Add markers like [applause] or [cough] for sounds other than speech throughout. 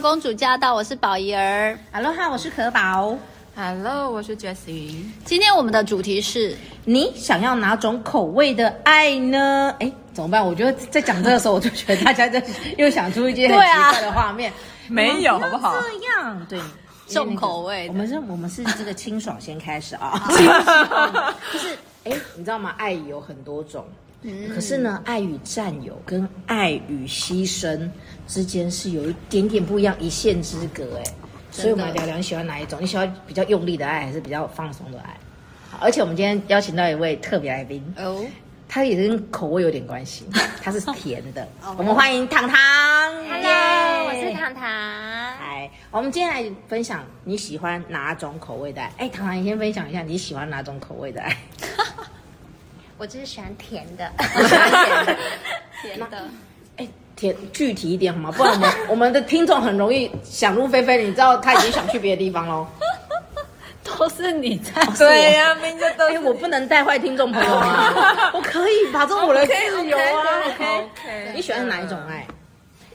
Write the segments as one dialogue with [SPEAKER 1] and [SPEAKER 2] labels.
[SPEAKER 1] 公主驾到，我是宝仪儿。
[SPEAKER 2] Aloha，我是可宝。
[SPEAKER 3] Hello，我是 Jessie。
[SPEAKER 1] 今天我们的主题是，
[SPEAKER 2] 你想要哪种口味的爱呢？哎，怎么办？我觉得在讲这个时候，我就觉得大家在 [laughs] 又想出一些很
[SPEAKER 1] 对啊
[SPEAKER 2] 奇怪的画面。
[SPEAKER 3] 没有
[SPEAKER 2] 嗯
[SPEAKER 3] 好不好
[SPEAKER 2] 这样对。
[SPEAKER 1] 重口味的
[SPEAKER 2] 因为那个我们是，我们是这个清爽先开
[SPEAKER 1] [laughs]
[SPEAKER 2] 始啊。清爽就是，哎，你知道吗？爱有很多种，可是呢，
[SPEAKER 1] 嗯
[SPEAKER 2] 爱与占有跟爱与牺牲之间是有一点点不一样，一线之隔哎。所以我们来聊聊你喜欢哪一种？你喜欢比较用力的爱，还是比较放松的爱？好而且我们今天邀请到一位特别来宾，
[SPEAKER 1] 哦，
[SPEAKER 2] 他也跟口味有点关
[SPEAKER 1] [laughs]
[SPEAKER 2] 系，他是甜的。我们欢迎糖糖。Hello，
[SPEAKER 1] 哦我是。糖糖。
[SPEAKER 2] 哎，我们今天来分享你喜欢哪种口味的爱？哎，糖糖，你先分享一下你喜欢哪种口味的爱？
[SPEAKER 4] 我就是喜欢甜的，
[SPEAKER 1] 甜的，
[SPEAKER 2] 哎，甜，具体一点好吗？不然我 [laughs] 们我们的听众很容易想入非非，你知道他已经想去别的地方 [laughs] 喽。哦
[SPEAKER 1] 都是你在。
[SPEAKER 3] 对呀、明着都
[SPEAKER 2] 哎，我不能带坏听众朋友吗？ [laughs] 我可以吧，这是我的自由啊。
[SPEAKER 3] OK，
[SPEAKER 2] 你喜欢哪一种爱？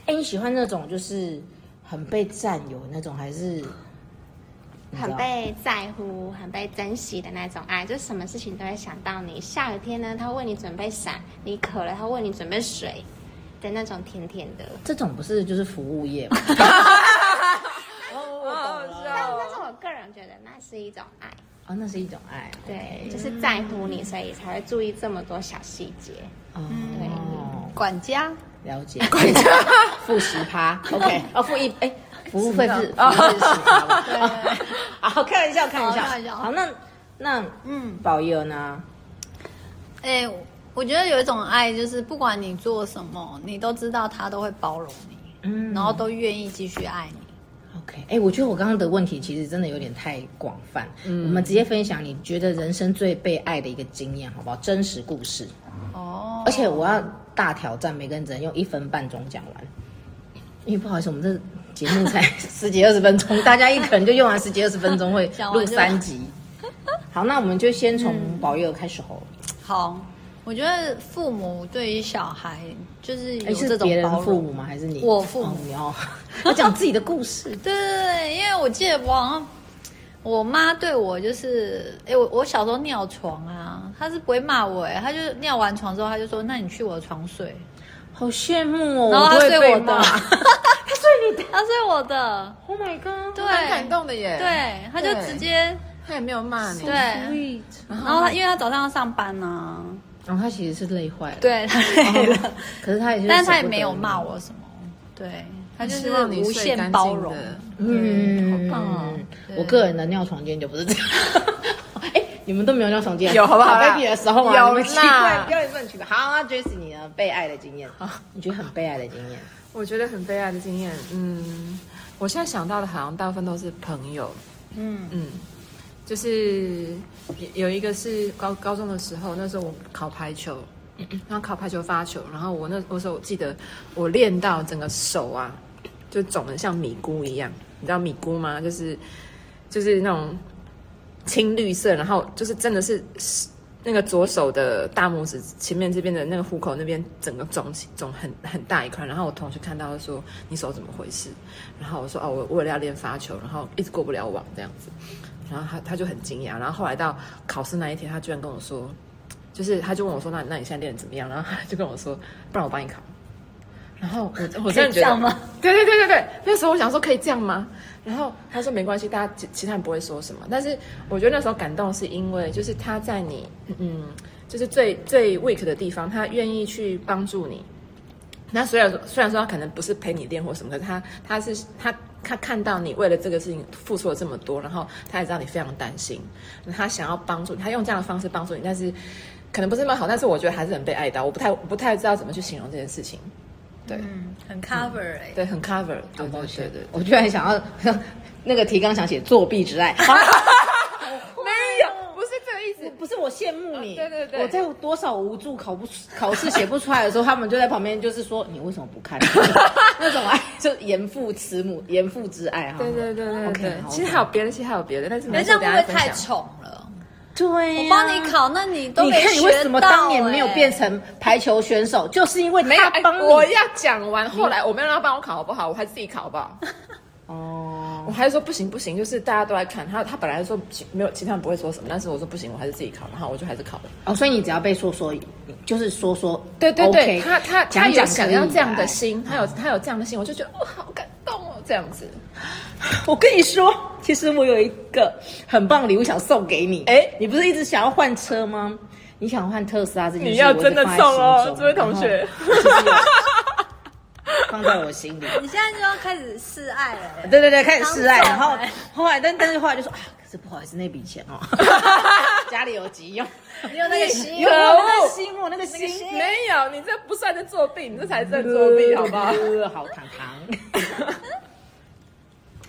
[SPEAKER 2] 哎，你喜欢那种就是很被占有那种，还是你知道
[SPEAKER 4] 很被在乎、很被珍惜的那种爱，就是什么事情都会想到你。下雨天呢，他为你准备伞；你渴了，他为你准备水的那种甜甜的。
[SPEAKER 2] 这种不是就是服务业吗？ [laughs]
[SPEAKER 4] 但
[SPEAKER 3] 好好笑
[SPEAKER 4] 但是
[SPEAKER 3] 哦。
[SPEAKER 4] 我个人觉得那是一种爱，
[SPEAKER 2] 啊，那是一种爱。
[SPEAKER 4] 对，就是在乎你，所以才会注意这么多小细节。
[SPEAKER 2] 哦，
[SPEAKER 1] 管家，
[SPEAKER 2] 了解。付十 [laughs] 趴，OK，哦，付一，哎，服务费是服务
[SPEAKER 3] 哦
[SPEAKER 2] 费是十趴吧？ [laughs] 好，开玩笑，开玩
[SPEAKER 1] 好开玩
[SPEAKER 2] 笑。
[SPEAKER 1] 笑
[SPEAKER 2] 好，那那
[SPEAKER 1] 嗯，
[SPEAKER 2] 宝仪儿呢？
[SPEAKER 1] 哎、我觉得有一种爱，就是不管你做什么，你都知道他都会包容你，
[SPEAKER 2] 嗯
[SPEAKER 1] 然后都愿意继续爱你。
[SPEAKER 2] OK，哎、我觉得我刚刚的问题其实真的有点太广泛，我们直接分享你觉得人生最被爱的一个经验，好不好？真实故事，
[SPEAKER 1] 哦，
[SPEAKER 2] 而且我要大挑战，每个人只能用一分半钟讲完，因为不好意思，我们这节
[SPEAKER 1] [laughs]
[SPEAKER 2] 目才十几二十分钟，大家一可能就用完十几二十分钟，会
[SPEAKER 1] 讲完
[SPEAKER 2] 录
[SPEAKER 1] 就嗯
[SPEAKER 2] 三集。好，那我们就先从保佑开始吼，
[SPEAKER 1] 好，我觉得父母对于小孩就是
[SPEAKER 2] 哎
[SPEAKER 1] 有
[SPEAKER 2] 是
[SPEAKER 1] 这
[SPEAKER 2] 别
[SPEAKER 1] 种
[SPEAKER 2] 人
[SPEAKER 1] 包
[SPEAKER 2] 父
[SPEAKER 1] 容。
[SPEAKER 2] 母吗？还是你？
[SPEAKER 1] 我父母
[SPEAKER 2] 哦你哦，要讲自己的故
[SPEAKER 1] [laughs]
[SPEAKER 2] 事。
[SPEAKER 1] 对对对，因为我记得我好像我妈对我就是，哎、我我小时候尿床啊，她是不会骂我、哎，她就尿完床之后，她就说：“那你去我的床睡。 [laughs]
[SPEAKER 2] 好羡慕哦，
[SPEAKER 1] 然后
[SPEAKER 2] 我
[SPEAKER 1] 他
[SPEAKER 2] 都会
[SPEAKER 1] 睡
[SPEAKER 2] 被
[SPEAKER 1] 我的 [laughs]
[SPEAKER 2] 骂 [laughs] 他睡你的
[SPEAKER 1] 她睡我的，
[SPEAKER 2] ，Oh my god！
[SPEAKER 1] 对，
[SPEAKER 3] 蛮感动的耶。，
[SPEAKER 1] 对，她就
[SPEAKER 3] 对
[SPEAKER 1] 直接
[SPEAKER 3] 他也没有骂你。
[SPEAKER 1] 对，然后她因为她早上要上班呢、啊，
[SPEAKER 2] 然哦后他其实是累坏了，
[SPEAKER 1] 对，她累了，
[SPEAKER 2] 可是他也
[SPEAKER 1] [laughs]
[SPEAKER 2] 是，
[SPEAKER 1] 但是她也没有骂，我什么，对，她就
[SPEAKER 3] 希
[SPEAKER 1] 是
[SPEAKER 3] 望你
[SPEAKER 1] 无
[SPEAKER 3] 睡
[SPEAKER 1] 限
[SPEAKER 3] 干净
[SPEAKER 1] 包容。
[SPEAKER 3] 的
[SPEAKER 2] 嗯，
[SPEAKER 3] 好棒哦
[SPEAKER 2] 嗯我个人的尿床间就不是这样， [laughs] 哎，你们都没有尿床间，
[SPEAKER 3] 有好不好
[SPEAKER 2] 考 baby 的时候嘛，啊
[SPEAKER 3] 有
[SPEAKER 2] 你们奇怪
[SPEAKER 3] 啦，
[SPEAKER 2] 不要乱取吧。好，那 Jesse 你呢？被爱的经验，你觉得很被爱的经验？
[SPEAKER 3] 我觉得很悲哀的经验。嗯，我现在想到的好像大部分都是朋友。
[SPEAKER 1] 嗯，
[SPEAKER 3] 嗯，就是有有一个是高高中的时候，那时候我考排球，然后考排球发球，然后我那我时候我记得我练到整个手啊，就肿得像米菇一样，你知道米菇吗？就是就是那种青绿色，然后就是真的是那个左手的大拇指前面这边的那个虎口那边整个肿起肿很很大一块，然后我同学看到就说你手怎么回事？然后我说哦，我为了要练发球，然后一直过不了网这样子，然后他他就很惊讶，然后后来到考试那一天，他居然跟我说，就是他就问我说那那你现在练得怎么样？然后他就跟我说，不然我帮你考。然后我我真的
[SPEAKER 1] 这
[SPEAKER 3] 觉
[SPEAKER 1] 样
[SPEAKER 3] 得
[SPEAKER 1] 吗？
[SPEAKER 3] 对对对对对，那时候我想说可以这样吗？然后他说没关系，大家其其他人不会说什么。但是我觉得那时候感动是因为，就是他在你嗯，就是最最 weak 的地方，他愿意去帮助你。那虽然说虽然说他可能不是陪你练或什么，可是他他是他他看到你为了这个事情付出了这么多，然后他也知道你非常担心，他想要帮助你，他用这样的方式帮助你，但是可能不是那么好，但是我觉得还是很被爱到，我不太我不太知道怎么去形容这件事情。对、
[SPEAKER 1] 嗯，很 cover 哎、
[SPEAKER 3] 对，很 cover，对
[SPEAKER 2] 抱歉
[SPEAKER 3] 对对对。
[SPEAKER 2] 我居然想要那个提纲想写作弊
[SPEAKER 3] [laughs]
[SPEAKER 2] 之爱，好
[SPEAKER 3] 没有，不是这个意思。
[SPEAKER 2] 不是我羡慕你，
[SPEAKER 3] 哦对对对
[SPEAKER 2] 我在多少无助考不出考试写不出来的时候，他们就在旁边就是说你为什么不
[SPEAKER 3] [laughs]
[SPEAKER 2] 看？那种爱就严父慈母严父之爱哈。
[SPEAKER 3] 对对对对
[SPEAKER 2] OK，
[SPEAKER 3] 对
[SPEAKER 2] 好
[SPEAKER 3] 其实还有别的，其实还有别的，但是
[SPEAKER 1] 那
[SPEAKER 3] 没
[SPEAKER 1] 这
[SPEAKER 3] 事，
[SPEAKER 1] 样
[SPEAKER 3] 我
[SPEAKER 1] 会
[SPEAKER 3] 等一
[SPEAKER 1] 不会
[SPEAKER 3] 下分
[SPEAKER 1] 太
[SPEAKER 3] 享。
[SPEAKER 1] 宠了？
[SPEAKER 2] 对呀
[SPEAKER 1] 我帮你考，那你都
[SPEAKER 2] 你
[SPEAKER 1] 没学到、
[SPEAKER 2] 看你为什么当年没有变？成排球选手，就是因为
[SPEAKER 3] 欸没有，
[SPEAKER 2] 他
[SPEAKER 3] 哎
[SPEAKER 2] 帮你。
[SPEAKER 3] 我要讲完。后来我没有让他帮我考，好不好？我还自己考，好不好？
[SPEAKER 2] 哦，
[SPEAKER 3] 我还是说不行不行，就是大家都来看他，他本来说其没有，其他人不会说什么，但是我说不行，我还是自己考，然后我就还是考了。
[SPEAKER 2] 哦，所以你只要被说说，就是说说，
[SPEAKER 3] 对对对
[SPEAKER 2] OK，
[SPEAKER 3] 他他他
[SPEAKER 2] 讲
[SPEAKER 3] 有
[SPEAKER 2] 讲
[SPEAKER 3] 想
[SPEAKER 2] 可以
[SPEAKER 3] 要这样的
[SPEAKER 2] 哎
[SPEAKER 3] 心，他有他有这样的心，我就觉得哇、好感动哦，这样子。
[SPEAKER 2] [laughs] 我跟你说，其实我有一个很棒的礼物想送给你。
[SPEAKER 3] 哎
[SPEAKER 2] 你不是一直想要换车吗？你想换特斯拉这件事，
[SPEAKER 3] 你要
[SPEAKER 2] 我一直
[SPEAKER 3] 真的
[SPEAKER 2] 放在
[SPEAKER 3] 送
[SPEAKER 2] 心
[SPEAKER 3] 哦
[SPEAKER 2] 中
[SPEAKER 3] 这位同学，
[SPEAKER 2] 然后就是有 [laughs] 放在我心里。
[SPEAKER 1] 你现在就要开始示爱了。
[SPEAKER 2] 对对对，开始示爱，
[SPEAKER 3] 欸
[SPEAKER 1] 当众
[SPEAKER 2] 然后
[SPEAKER 1] 哎
[SPEAKER 2] 后来，但但是后来就说啊，可是不好意思，那笔钱
[SPEAKER 3] [laughs]
[SPEAKER 2] 哦，家里有急用，
[SPEAKER 1] 你有那个心，
[SPEAKER 2] 有我那个心，我那个心，
[SPEAKER 3] [laughs] 没有，你这不算是作弊，你这才算作弊，好不 [laughs] 好？
[SPEAKER 2] 呃？好糖糖，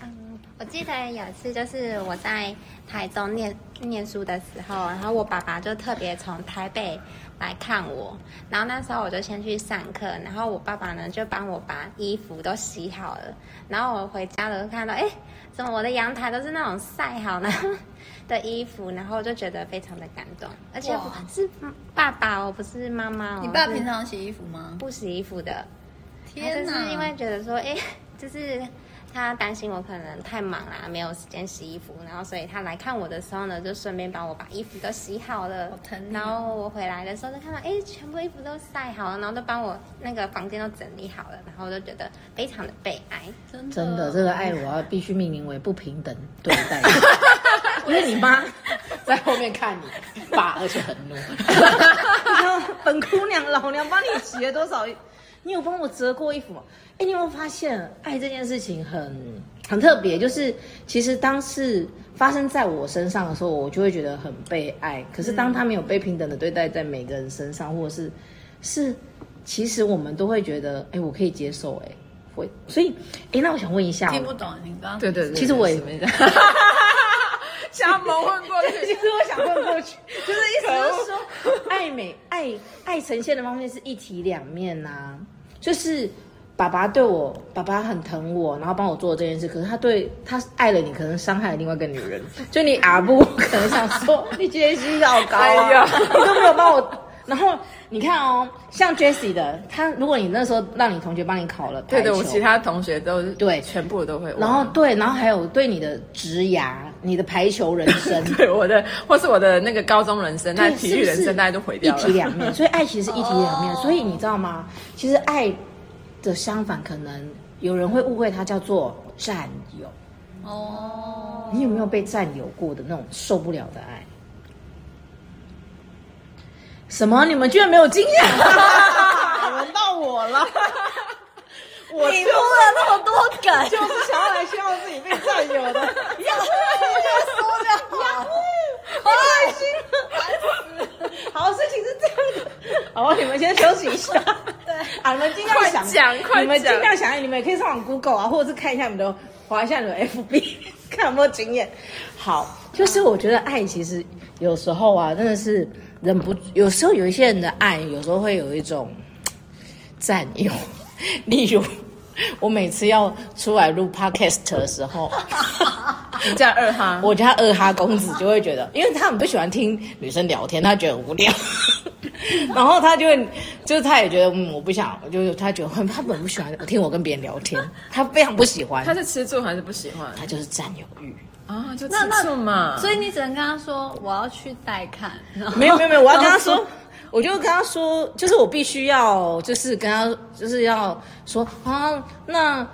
[SPEAKER 4] 嗯我记得有一次，就是我在台中念念书的时候，然后我爸爸就特别从台北来看我，然后那时候我就先去上课，然后我爸爸呢就帮我把衣服都洗好了，然后我回家了就看到，哎，怎么我的阳台都是那种晒好呢 [laughs] 的衣服，然后我就觉得非常的感动，而且我
[SPEAKER 1] 哇
[SPEAKER 4] 是爸爸哦，不是妈妈哦，
[SPEAKER 1] 你爸
[SPEAKER 4] 是
[SPEAKER 1] 平常洗衣服吗？
[SPEAKER 4] 不洗衣服的，
[SPEAKER 1] 天
[SPEAKER 4] 他就
[SPEAKER 1] 哪！
[SPEAKER 4] 啊是因为觉得说，哎、 [laughs] 就是他担心我可能太忙啦，没有时间洗衣服，然后所以他来看我的时候呢，就顺便帮我把衣服都洗好了。
[SPEAKER 1] 好疼你哦
[SPEAKER 4] 然后我回来的时候就看到，哎、全部衣服都晒好了，然后都帮我那个房间都整理好了，然后我就觉得非常的悲哀。
[SPEAKER 1] 真
[SPEAKER 2] 真的，这个爱我要必须命名为不平等对 [laughs] 待，因为你妈在后面看你爸，而且很怒。 [laughs] 然后本姑娘老娘帮你洗了多少衣？你有帮我折过衣服吗？哎，你有没有发现爱这件事情很很特别？就是其实当是发生在我身上的时候，我就会觉得很被爱。可是当他没有被平等的对待在每个人身上，或者是是，其实我们都会觉得，哎，我可以接受，哎，会。所以，哎，那我想问一下，
[SPEAKER 1] 听不懂，你刚刚
[SPEAKER 3] 对对对，
[SPEAKER 2] 其实我也
[SPEAKER 3] 什么意思
[SPEAKER 2] [laughs]
[SPEAKER 3] 想要蒙混过 [laughs]
[SPEAKER 2] 其
[SPEAKER 3] 去。
[SPEAKER 2] 实我想问过去，就是意思就是说，爱美爱爱呈现的方面是一体两面呐、就是爸爸对我，爸爸很疼我，然后帮我做这件事，可是他对他爱了你，可能伤害了另外一个女
[SPEAKER 3] [laughs]
[SPEAKER 2] 人。就你阿布可能想说，你今天心好高
[SPEAKER 3] 哎
[SPEAKER 2] 啊
[SPEAKER 3] 呀，
[SPEAKER 2] 你都没有帮我。然后你看哦，像 Jessie 的，他如果你那时候让你同学帮你考了
[SPEAKER 3] 对对，
[SPEAKER 2] 排
[SPEAKER 3] 我
[SPEAKER 2] 球
[SPEAKER 3] 其他同学都是
[SPEAKER 2] 对
[SPEAKER 3] 全部都会忘。
[SPEAKER 2] 然后对，然后还有对你的职涯、你的排球人生，
[SPEAKER 3] [laughs]
[SPEAKER 2] [laughs]
[SPEAKER 3] 对我的，或是我的那个高中人生，那
[SPEAKER 2] 对
[SPEAKER 3] 体
[SPEAKER 2] 是
[SPEAKER 3] 育
[SPEAKER 2] 不
[SPEAKER 3] 人
[SPEAKER 2] 是
[SPEAKER 3] 生大家都毁掉了。哦
[SPEAKER 2] 一体两面，所以爱其实是一体两面。所以你知道吗？其实爱的相反，可能有人会误会它叫做占有。
[SPEAKER 1] 哦，
[SPEAKER 2] 你有没有被占有过的那种受不了的爱？什么？你们居然没有经验？ [laughs] 轮到我了， [laughs] 我
[SPEAKER 1] 你录了那么多梗，
[SPEAKER 2] 就是想要来炫耀自己被占有的。好，事情是这样的。好，你们先休息一下。对啊，你们尽量想
[SPEAKER 3] 快讲快
[SPEAKER 2] 你们
[SPEAKER 3] 讲
[SPEAKER 2] 尽量想，你们也可以上网 Google 啊，或者是看一下你们的，划一下你们的 FB，看有没有经验。好，就是我觉得爱其实有时候啊，真的是忍不，有时候有一些人的爱，有时候会有一种占有， [laughs] 例如。我每次要出来录 podcast 的时候， [laughs]
[SPEAKER 3] 你 [laughs] 这样二哈，
[SPEAKER 2] 我家二哈公子就会觉得，因为他很不喜欢听女生聊天，他觉得很无聊， [laughs] 然后他就会，就是他也觉得，嗯，我不想，就是他觉得很他本不喜欢听我跟别人聊天，他非常不喜欢，
[SPEAKER 3] 他是吃醋还是不喜欢
[SPEAKER 2] 他就是占有欲。
[SPEAKER 3] 啊？就吃
[SPEAKER 1] 那那
[SPEAKER 3] 醋嘛。
[SPEAKER 1] 所以你只能跟他说我要去带看，然后
[SPEAKER 2] [laughs] 没有没有没有，我要跟他说，我就跟他说，就是我必须要，就是跟他，就是要说啊，那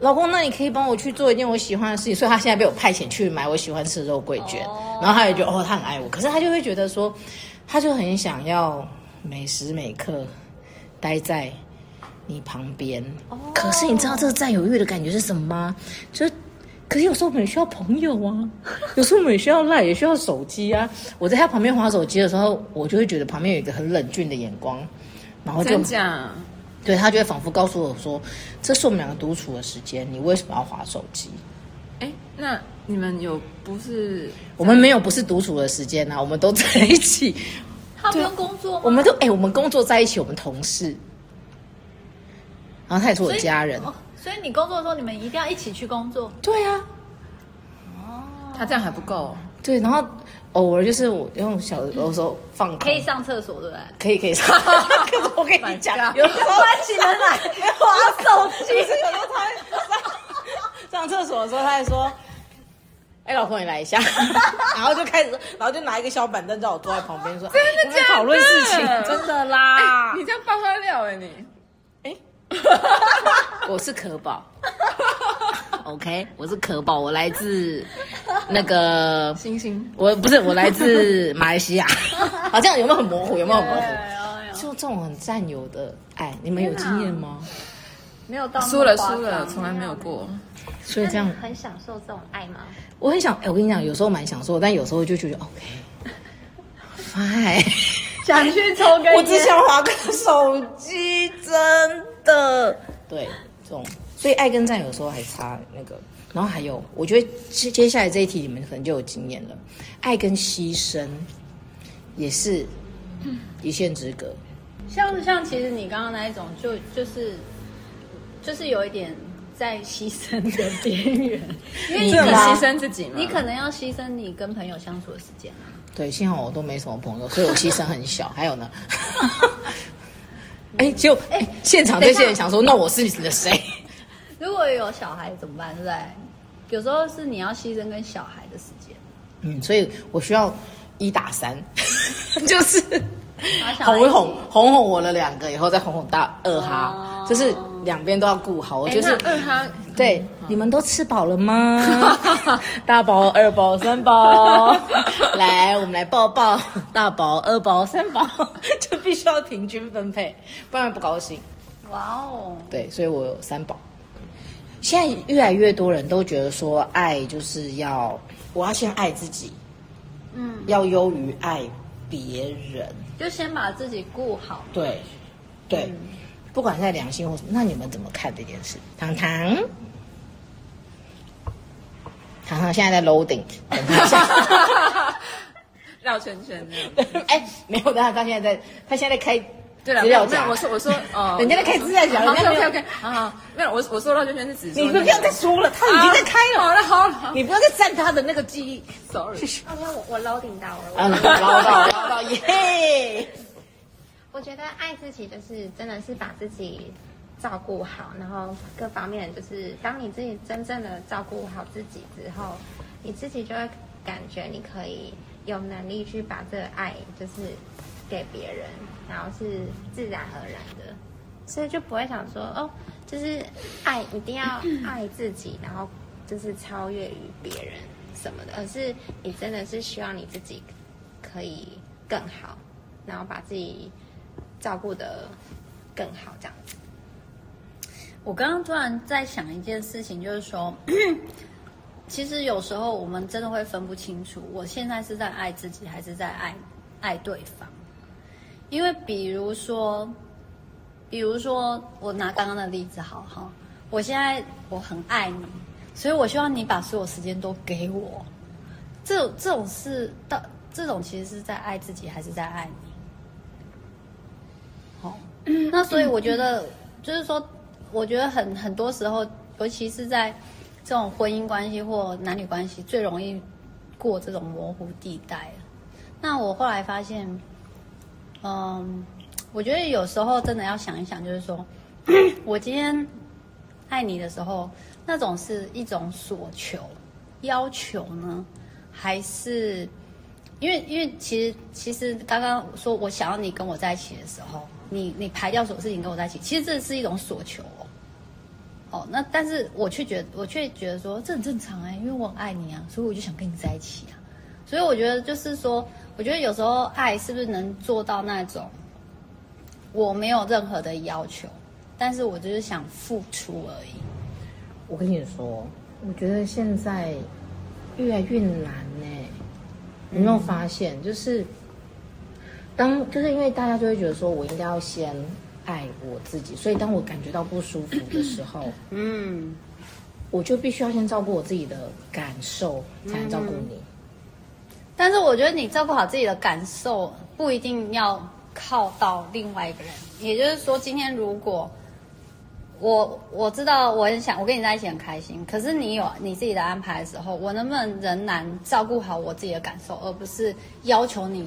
[SPEAKER 2] 老公，那你可以帮我去做一件我喜欢的事情，所以他现在被我派遣去买我喜欢吃的肉桂卷，然后他也觉得哦，他很爱我，可是他就会觉得说，他就很想要每时每刻待在。你旁边，可是你知道这个占有欲的感觉是什么吗？就是，可是有时候我们也需要朋友啊， [laughs] 有时候我们也需要赖，也需要手机啊。我在他旁边划手机的时候，我就会觉得旁边有一个很冷峻的眼光，然后就
[SPEAKER 3] 真假？
[SPEAKER 2] 对他就会仿佛告诉我说：“这是我们两个独处的时间，你为什么要划手机？”
[SPEAKER 3] 哎，那你们有不是？
[SPEAKER 2] 我们没有不是独处的时间啊，我们都在一起， [laughs]
[SPEAKER 1] 他不用工作吗？
[SPEAKER 2] 我们都哎、我们工作在一起，我们同事，然后他也是我
[SPEAKER 1] 所以
[SPEAKER 2] 家人，
[SPEAKER 1] 哦所以你工作的时候，你们一定要一起去工作。
[SPEAKER 2] 对啊，
[SPEAKER 3] 他这样还不够？哦
[SPEAKER 2] 对，然后偶尔就是我用小有时候放空
[SPEAKER 1] 可以上厕所对不对？
[SPEAKER 2] 可以可以上，可是我跟你讲，有时候
[SPEAKER 1] 关起门来划手机，
[SPEAKER 2] 有时候他会上上厕所的时候，他还说：“哎、老婆，你来一下。” [laughs] 然后就开始，然后就拿一个小板凳叫我坐在旁边说：“真的在讨论事情，真的啦。
[SPEAKER 3] 你这样爆他料哎、你，
[SPEAKER 2] 我是可宝，OK，我是可宝，我来自那个，
[SPEAKER 3] [laughs] 星星
[SPEAKER 2] 我不是我来自马来西亚，好像有没有很模糊？有没有很模糊？
[SPEAKER 1] 哎呦
[SPEAKER 2] 就这种很占有的爱，你们有经验吗？
[SPEAKER 1] 没有到那么
[SPEAKER 3] 输了
[SPEAKER 1] 夸张
[SPEAKER 3] 输了，从来没有过。
[SPEAKER 2] 所以这样
[SPEAKER 4] 那你，很享受这种爱吗？
[SPEAKER 2] 我很想，哎、我跟你讲，有时候蛮享受，但有时候就觉得 [laughs] OK，fine，
[SPEAKER 1] 想去抽根烟，
[SPEAKER 2] 我只想划个手机，真的。对，这种，所以爱跟占有时候还差那个。然后还有，我觉得接接下来这一题你们可能就有经验了，爱跟牺牲也是一线之隔。
[SPEAKER 1] 像像其实你刚刚那一种，就就是就是有一点在牺牲的边缘，因为
[SPEAKER 3] 你
[SPEAKER 1] 你
[SPEAKER 2] 是
[SPEAKER 1] 可
[SPEAKER 2] 吗
[SPEAKER 3] 你
[SPEAKER 1] 能
[SPEAKER 3] 牺牲自己吗？
[SPEAKER 1] 你可能要牺牲你跟朋友相处的时间啊。
[SPEAKER 2] 对，幸好我都没什么朋友，所以我牺牲很小。还有呢，哎、结果哎、现场这些人想说，那我是你的谁？
[SPEAKER 1] 如果有小孩怎么办？对不对？有时候是你要牺牲跟小孩的时间，
[SPEAKER 2] 嗯，所以我需要一打三， [laughs] 就是
[SPEAKER 1] 把小孩
[SPEAKER 2] 哄一哄
[SPEAKER 1] 一起
[SPEAKER 2] 哄哄我的两个，以后再哄哄大二哈，
[SPEAKER 1] 哦
[SPEAKER 2] 就是两边都要顾好。我
[SPEAKER 3] 哎
[SPEAKER 2] 就是、嗯
[SPEAKER 3] 那二哈，
[SPEAKER 2] 对、你们都吃饱了吗？
[SPEAKER 3] [laughs]
[SPEAKER 2] 大包、二包、三包， [laughs] 来，我们来抱抱，大包、二包、三包， [laughs] 就必须要平均分配，不然不高兴。
[SPEAKER 1] 哇哦，
[SPEAKER 2] 对，所以我有三宝。现在越来越多人都觉得说，爱就是要我要先爱自己，
[SPEAKER 1] 嗯，
[SPEAKER 2] 要优于爱别人。
[SPEAKER 1] 就先把自己顾好。
[SPEAKER 2] 对，对，
[SPEAKER 3] 嗯
[SPEAKER 2] 不管在良心或什么，那你们怎么看这件事？糖糖，糖糖现在在
[SPEAKER 3] [laughs]
[SPEAKER 2] loading，等他一下。
[SPEAKER 3] 绕圈圈那样。
[SPEAKER 2] 哎，没有，他他现在在，他现在在开
[SPEAKER 3] 对了，
[SPEAKER 2] 资
[SPEAKER 3] 没有
[SPEAKER 2] 料
[SPEAKER 3] 没有
[SPEAKER 2] 夹，，
[SPEAKER 3] 我说我说
[SPEAKER 2] [laughs]
[SPEAKER 3] 哦，
[SPEAKER 2] 人家在开资料夹，人
[SPEAKER 3] OK
[SPEAKER 2] 家没
[SPEAKER 3] OK
[SPEAKER 2] 有
[SPEAKER 3] OK，好好，没有我我说绕圈圈是指
[SPEAKER 2] 你不要再说了，他已经在开了，
[SPEAKER 3] 好了好了
[SPEAKER 2] 你不要再占他的那个记忆。
[SPEAKER 3] ，sorry，
[SPEAKER 1] 啊
[SPEAKER 4] 哦，那我我楼顶到了。我
[SPEAKER 2] [laughs] 啊，唠叨唠叨耶！
[SPEAKER 4] 我觉得爱自己就是真的是把自己照顾好，然后各方面就是当你自己真正的照顾好自己之后，你自己就会感觉你可以有能力去把这个爱就是给别人，然后是自然而然的，所以就不会想说哦，就是爱一定要爱自己，然后就是超越于别人什么的，而是你真的是希望你自己可以更好，然后把自己照顾的更好，这样子。
[SPEAKER 1] 我刚刚突然在想一件事情，就是说， [clears throat] 其实有时候我们真的会分不清楚，我现在是在爱自己，还是在爱爱对方。因为比如说，比如说我拿刚刚的例子好了哈，我现在我很爱你，所以我希望你把所有时间都给我。这这种是到这种其实是在爱自己，还是在爱你？好， [coughs] 那所以我觉得，就是说，我觉得很很多时候，尤其是在这种婚姻关系或男女关系，最容易过这种模糊地带。那我后来发现，嗯，我觉得有时候真的要想一想，就是说， [coughs] 我今天爱你的时候，那种是一种所求、要求呢，还是因为因为其实其实刚刚说我想要你跟我在一起的时候，你你排掉所有事情跟我在一起，其实这是一种所求哦。哦，那但是我却觉得我却觉得说这很正常哎、因为我很爱你啊，所以我就想跟你在一起啊。所以我觉得就是说，我觉得有时候爱是不是能做到那种我没有任何的要求，但是我就是想付出而已。
[SPEAKER 2] 我跟你说，我觉得现在越来越难呢、你有没有发现？就是当就是因为大家就会觉得说我应该要先爱我自己，所以当我感觉到不舒服的时 [laughs] 候，
[SPEAKER 1] 嗯，
[SPEAKER 2] 我就必须要先照顾我自己的感受，才能照顾你。
[SPEAKER 1] 但是我觉得你照顾好自己的感受，不一定要靠到另外一个人。也就是说，今天如果我我知道我很想我跟你在一起很开心，可是你有你自己的安排的时候，我能不能仍然照顾好我自己的感受，而不是要求你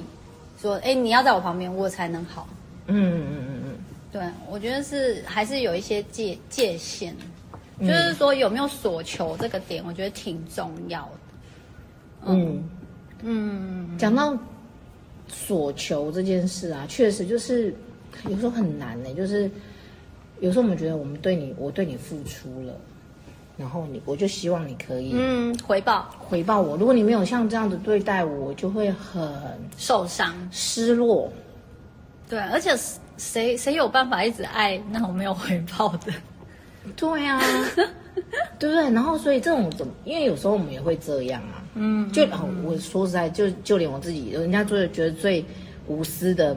[SPEAKER 1] 说，哎，你要在我旁边，我才能好。
[SPEAKER 2] 嗯嗯嗯嗯，
[SPEAKER 1] 对，我觉得是还是有一些界界限。就是说有没有所求这个点，我觉得挺重要的。
[SPEAKER 2] 嗯，
[SPEAKER 1] 嗯，
[SPEAKER 2] 讲到所求这件事啊，确实就是有时候很难呢、就是有时候我们觉得我们对你，我对你付出了，然后你我就希望你可以
[SPEAKER 1] 嗯，回报
[SPEAKER 2] 回报我。如果你没有像这样子对待我，我就会很
[SPEAKER 1] 受伤，
[SPEAKER 2] 失落。
[SPEAKER 1] 对，而且谁谁有办法一直爱那种没有回报的？
[SPEAKER 2] 对啊， [laughs] 对不对？然后所以这种怎么？因为有时候我们也会这样啊。
[SPEAKER 1] 嗯，
[SPEAKER 2] 就哦，我说实在，就就连我自己，人家最觉得最无私的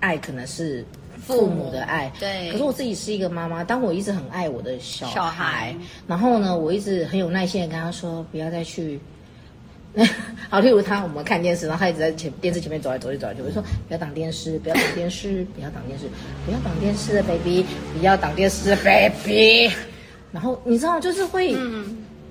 [SPEAKER 2] 爱，可能是父母的爱。
[SPEAKER 1] 父母对
[SPEAKER 2] 可是我自己是一个妈妈，当我一直很爱我的小
[SPEAKER 1] 小孩
[SPEAKER 2] 然后呢，我一直很有耐心的跟他说，不要再去。 [laughs] 好，例如他，我们看电视，然后他一直在前电视前面走来走去走来走去，我就说不要挡电视，不要挡电视，不要挡电视，不要挡电视了，baby，不要挡电视了，baby。然后你知道，就是会，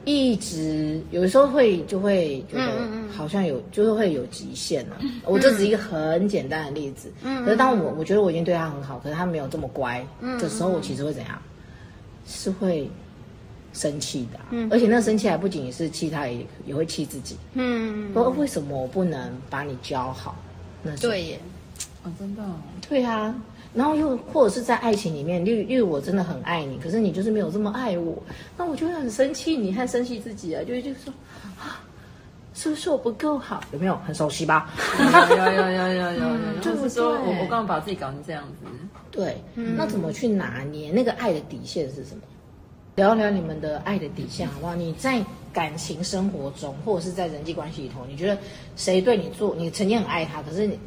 [SPEAKER 2] 一直有时候会就会觉
[SPEAKER 1] 嗯
[SPEAKER 2] 得好像有，就是会有极限了、我这只是一个很简单的例子，
[SPEAKER 1] 嗯
[SPEAKER 2] 可是当我我觉得我已经对他很好，可是他没有这么乖的时候，我其实会怎样？是会生气的啊、而且那生气还不仅是气他也，也会气自己。
[SPEAKER 1] 嗯，
[SPEAKER 2] 说哦为什么我不能把你教好？那种
[SPEAKER 1] 对耶，
[SPEAKER 3] 哦，真的哦、
[SPEAKER 2] 对啊，然后又或者是在爱情里面，例如例如我真的很爱你，可是你就是没有这么爱我，那我就会很生气你，还生气自己啊，就会就说啊，是不是我不够好？有没有很熟悉吧？
[SPEAKER 3] 有有有有有有有，
[SPEAKER 2] 对
[SPEAKER 3] 就
[SPEAKER 2] 不
[SPEAKER 3] 是说
[SPEAKER 2] 对
[SPEAKER 3] 我我刚刚把自己搞成这样子，
[SPEAKER 2] 对，
[SPEAKER 1] 嗯
[SPEAKER 2] 那怎么去拿捏那个爱的底线是什么？聊聊你们的爱的底线好不好？你在感情生活中，或者是在人际关系里头，你觉得谁对你做，你曾经很爱他，可是你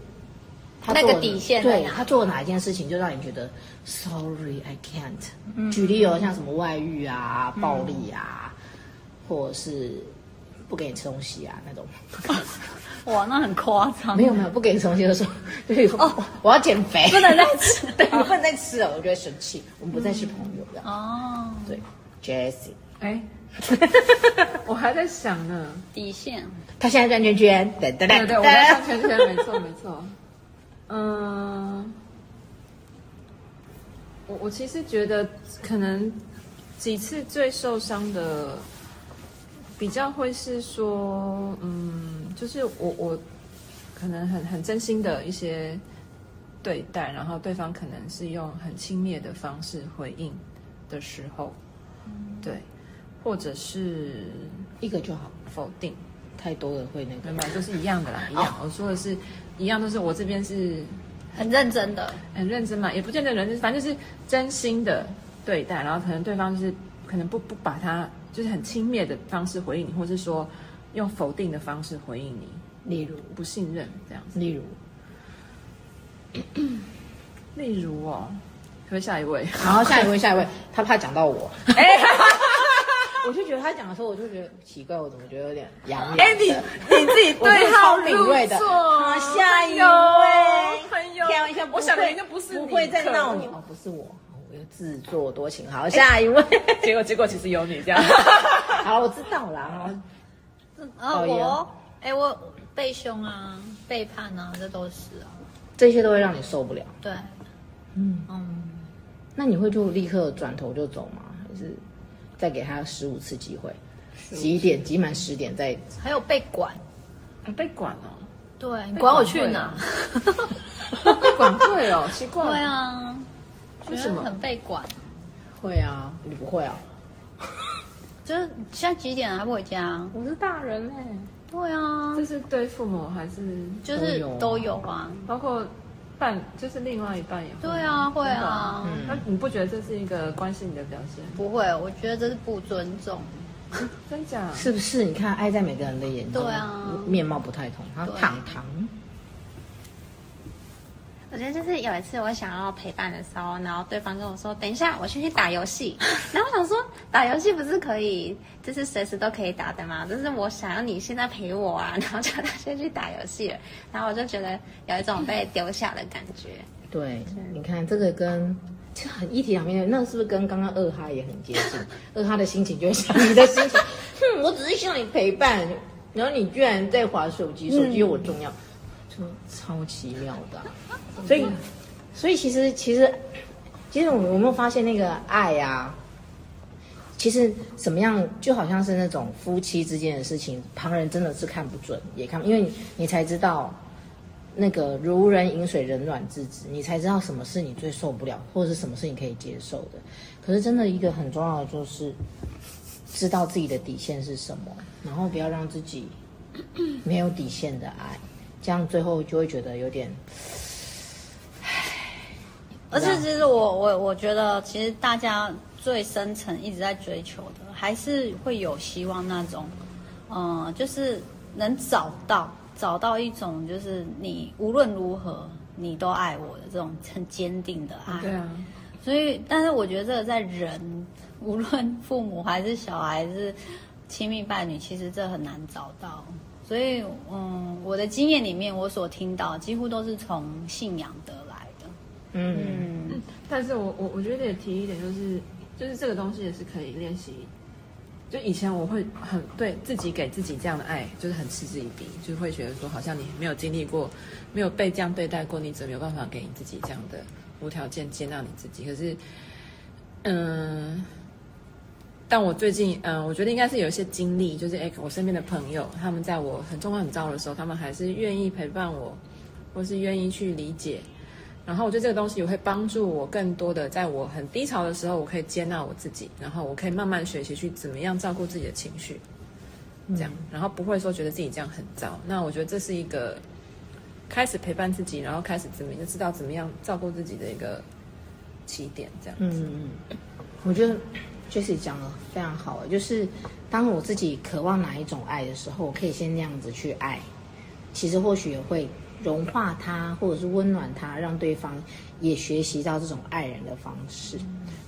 [SPEAKER 2] 他做了
[SPEAKER 1] 那个底线在
[SPEAKER 2] 对
[SPEAKER 1] 哪
[SPEAKER 2] 他做了哪一件事情，就让你觉得 sorry I can't？、举
[SPEAKER 1] 嗯
[SPEAKER 2] 例哦，像什么外遇啊、暴力啊，或者是不给你吃东西啊那种。
[SPEAKER 1] 哦哇，那很夸张，
[SPEAKER 2] 没有没有，不给你东西就说， [laughs] 就是哦，我要减肥，不能再吃， [laughs]
[SPEAKER 1] [laughs]
[SPEAKER 2] 对，不能再吃了，我就会生气，我们不再是朋友了。
[SPEAKER 1] 哦，
[SPEAKER 3] 嗯
[SPEAKER 2] 对，Jessie，
[SPEAKER 3] 哎，我还在想呢。
[SPEAKER 1] 底线，
[SPEAKER 2] 他现在转圈圈，对对
[SPEAKER 3] 对对，我在上圈圈，没错没错。 [laughs] 嗯，我我其实觉得可能几次最受伤的，比较会是说，嗯，就是我我可能很很真心的一些对待，然后对方可能是用很轻蔑的方式回应的时候，对，或者是
[SPEAKER 2] 一个就好，
[SPEAKER 3] 否定。
[SPEAKER 2] 太多了会那个
[SPEAKER 3] 没有，没有，都是一样的啦，一样。我说的是，一样都是我这边是
[SPEAKER 1] 很认真的，
[SPEAKER 3] 很认真嘛，也不见得认真，反正就是真心的对待，然后可能对方就是可能不不把他就是很轻蔑的方式回应你，或是说用否定的方式回应你，
[SPEAKER 2] 例如
[SPEAKER 3] 不信任这样子。
[SPEAKER 2] 例如，
[SPEAKER 3] 例如哦，可不可以下一位？
[SPEAKER 2] 然后下一位下一位，他怕讲到
[SPEAKER 3] [laughs]
[SPEAKER 2] 我，
[SPEAKER 3] 哎
[SPEAKER 2] 我就觉得他讲的时候，我就觉得奇怪，我怎么觉得有点痒痒？
[SPEAKER 3] 哎，
[SPEAKER 2] [laughs]
[SPEAKER 3] 你你自己
[SPEAKER 2] 我真
[SPEAKER 3] 对
[SPEAKER 2] 的超
[SPEAKER 3] 号
[SPEAKER 2] 敏
[SPEAKER 3] 入
[SPEAKER 2] 锐的
[SPEAKER 3] 座，
[SPEAKER 2] 好下一位啊
[SPEAKER 3] 朋友，
[SPEAKER 2] 跳一下，
[SPEAKER 3] 我想的应该不是
[SPEAKER 2] 不
[SPEAKER 3] 你
[SPEAKER 2] 会再
[SPEAKER 3] 可
[SPEAKER 2] 闹你
[SPEAKER 3] 恶
[SPEAKER 2] 哦，不是我，我又自作多情。好，下
[SPEAKER 3] [laughs]
[SPEAKER 2] 一位，
[SPEAKER 3] 结果结果其实有你这样。
[SPEAKER 2] 好，我知道啦。
[SPEAKER 1] 啊
[SPEAKER 2] 哦也有
[SPEAKER 1] 我，哎我被凶啊，背叛啊，这都是啊，
[SPEAKER 2] 这些都会让你受不了。
[SPEAKER 1] 对，
[SPEAKER 2] 嗯
[SPEAKER 1] 嗯，
[SPEAKER 2] 那你会就立刻转头就走吗？还是再给他十五次机会？几点？集满十点再？
[SPEAKER 1] 还有被管，
[SPEAKER 3] [laughs] 被管哦，
[SPEAKER 1] 对，你管我啊去哪？ [laughs]
[SPEAKER 3] 被管
[SPEAKER 1] 啊
[SPEAKER 3] 会哦， [laughs] 奇怪。
[SPEAKER 1] 对啊，
[SPEAKER 3] 为什么
[SPEAKER 1] 觉得很被管？
[SPEAKER 2] 会啊，你不会啊？
[SPEAKER 1] 就是现在几点啊还不回家？
[SPEAKER 3] 我是大人哎、
[SPEAKER 1] 对啊
[SPEAKER 3] 这，是对父母还是
[SPEAKER 1] 就是
[SPEAKER 2] 都
[SPEAKER 1] 都
[SPEAKER 2] 有
[SPEAKER 1] 有啊，
[SPEAKER 3] 包括伴，就是另外一半也会
[SPEAKER 1] 对啊，会啊，
[SPEAKER 2] 嗯
[SPEAKER 3] 那你不觉得这是一个关心你的表现？
[SPEAKER 1] 不会，我觉得这是不尊重。
[SPEAKER 3] 真假？
[SPEAKER 2] 是不是？你看，爱在每个人的眼中，
[SPEAKER 1] 对啊
[SPEAKER 2] 面貌不太同。他
[SPEAKER 1] 对
[SPEAKER 2] 糖糖，
[SPEAKER 4] 我觉得就是有一次我想要陪伴的时候，然后对方跟我说：“等一下，我先去打游戏。” [laughs] 然后我想说，打游戏不是可以就是随时都可以打的吗？就是我想要你现在陪我啊， [laughs] 然后叫他先去打游戏了。然后我就觉得有一种被丢下的感觉。
[SPEAKER 2] 对，你看这个跟。 [laughs] 这很一体两面的，那是不是跟刚刚二哈也很接近？ [laughs] 二哈的心情就像你的心情， [laughs] 哼，我只是希望你陪伴，然后你居然在划手机，手机有我重要，就超奇妙的啊、所以，所以其实其实，其实我们有没有发现那个爱啊，其实怎么样，就好像是那种夫妻之间的事情，旁人真的是看不准，也看不，因为你你才知道那个如人饮水，冷暖自知，你才知道什么是你最受不了，或者是什么是你可以接受的。可是真的一个很重要的就是知道自己的底线是什么，然后不要让自己没有底线的爱，这样最后就会觉得有点啊
[SPEAKER 1] 而且其实我我我觉得，其实大家最深层一直在追求的，还是会有希望那种，嗯、就是能找到找到一种，就是你无论如何你都爱我的这种很坚定的爱。
[SPEAKER 3] 对啊，
[SPEAKER 1] 所以，但是我觉得这个在人， [laughs] 无论父母还是小孩子，亲密伴侣，其实这很难找到。所以，嗯，我的经验里面，我所听到几乎都是从信仰得来的。
[SPEAKER 2] 嗯
[SPEAKER 1] 嗯，
[SPEAKER 3] 但是我我我觉得也提一点，就是就是这个东西也是可以练习。就以前我会很对自己给自己这样的爱，就是很嗤之以鼻，就是会觉得说，好像你没有经历过，没有被这样对待过，你怎么有办法给你自己这样的无条件接纳你自己？可是，嗯，但我最近，嗯，我觉得应该是有一些经历，就是哎、我身边的朋友，他们在我很状况很糟的时候，他们还是愿意陪伴我，或是愿意去理解，然后我觉得这个东西也会帮助我更多的，在我很低潮的时候，我可以接纳我自己，然后我可以慢慢学习去怎么样照顾自己的情绪，这样，然后不会说觉得自己这样很糟。那我觉得这是一个开始陪伴自己，然后开始怎么就知道怎么样照顾自己的一个起点，这样。
[SPEAKER 2] 嗯，我觉得 Jesse 讲的非常好，就是当我自己渴望哪一种爱的时候，我可以先那样子去爱，其实或许也会融化它，或者是温暖它，让对方也学习到这种爱人的方式。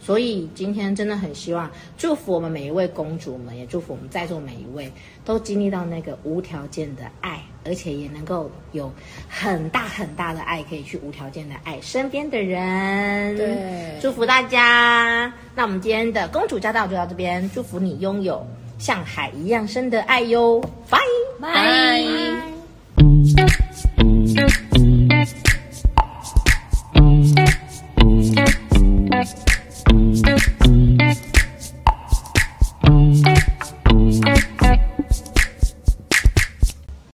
[SPEAKER 2] 所以今天真的很希望祝福我们每一位公主们，也祝福我们在座每一位都经历到那个无条件的爱，而且也能够有很大很大的爱可以去无条件的爱身边的人。
[SPEAKER 3] 对
[SPEAKER 2] 祝福大家。那我们今天的公主驾到就到这边，祝福你拥有像海一样深的爱哟，拜。
[SPEAKER 1] 拜。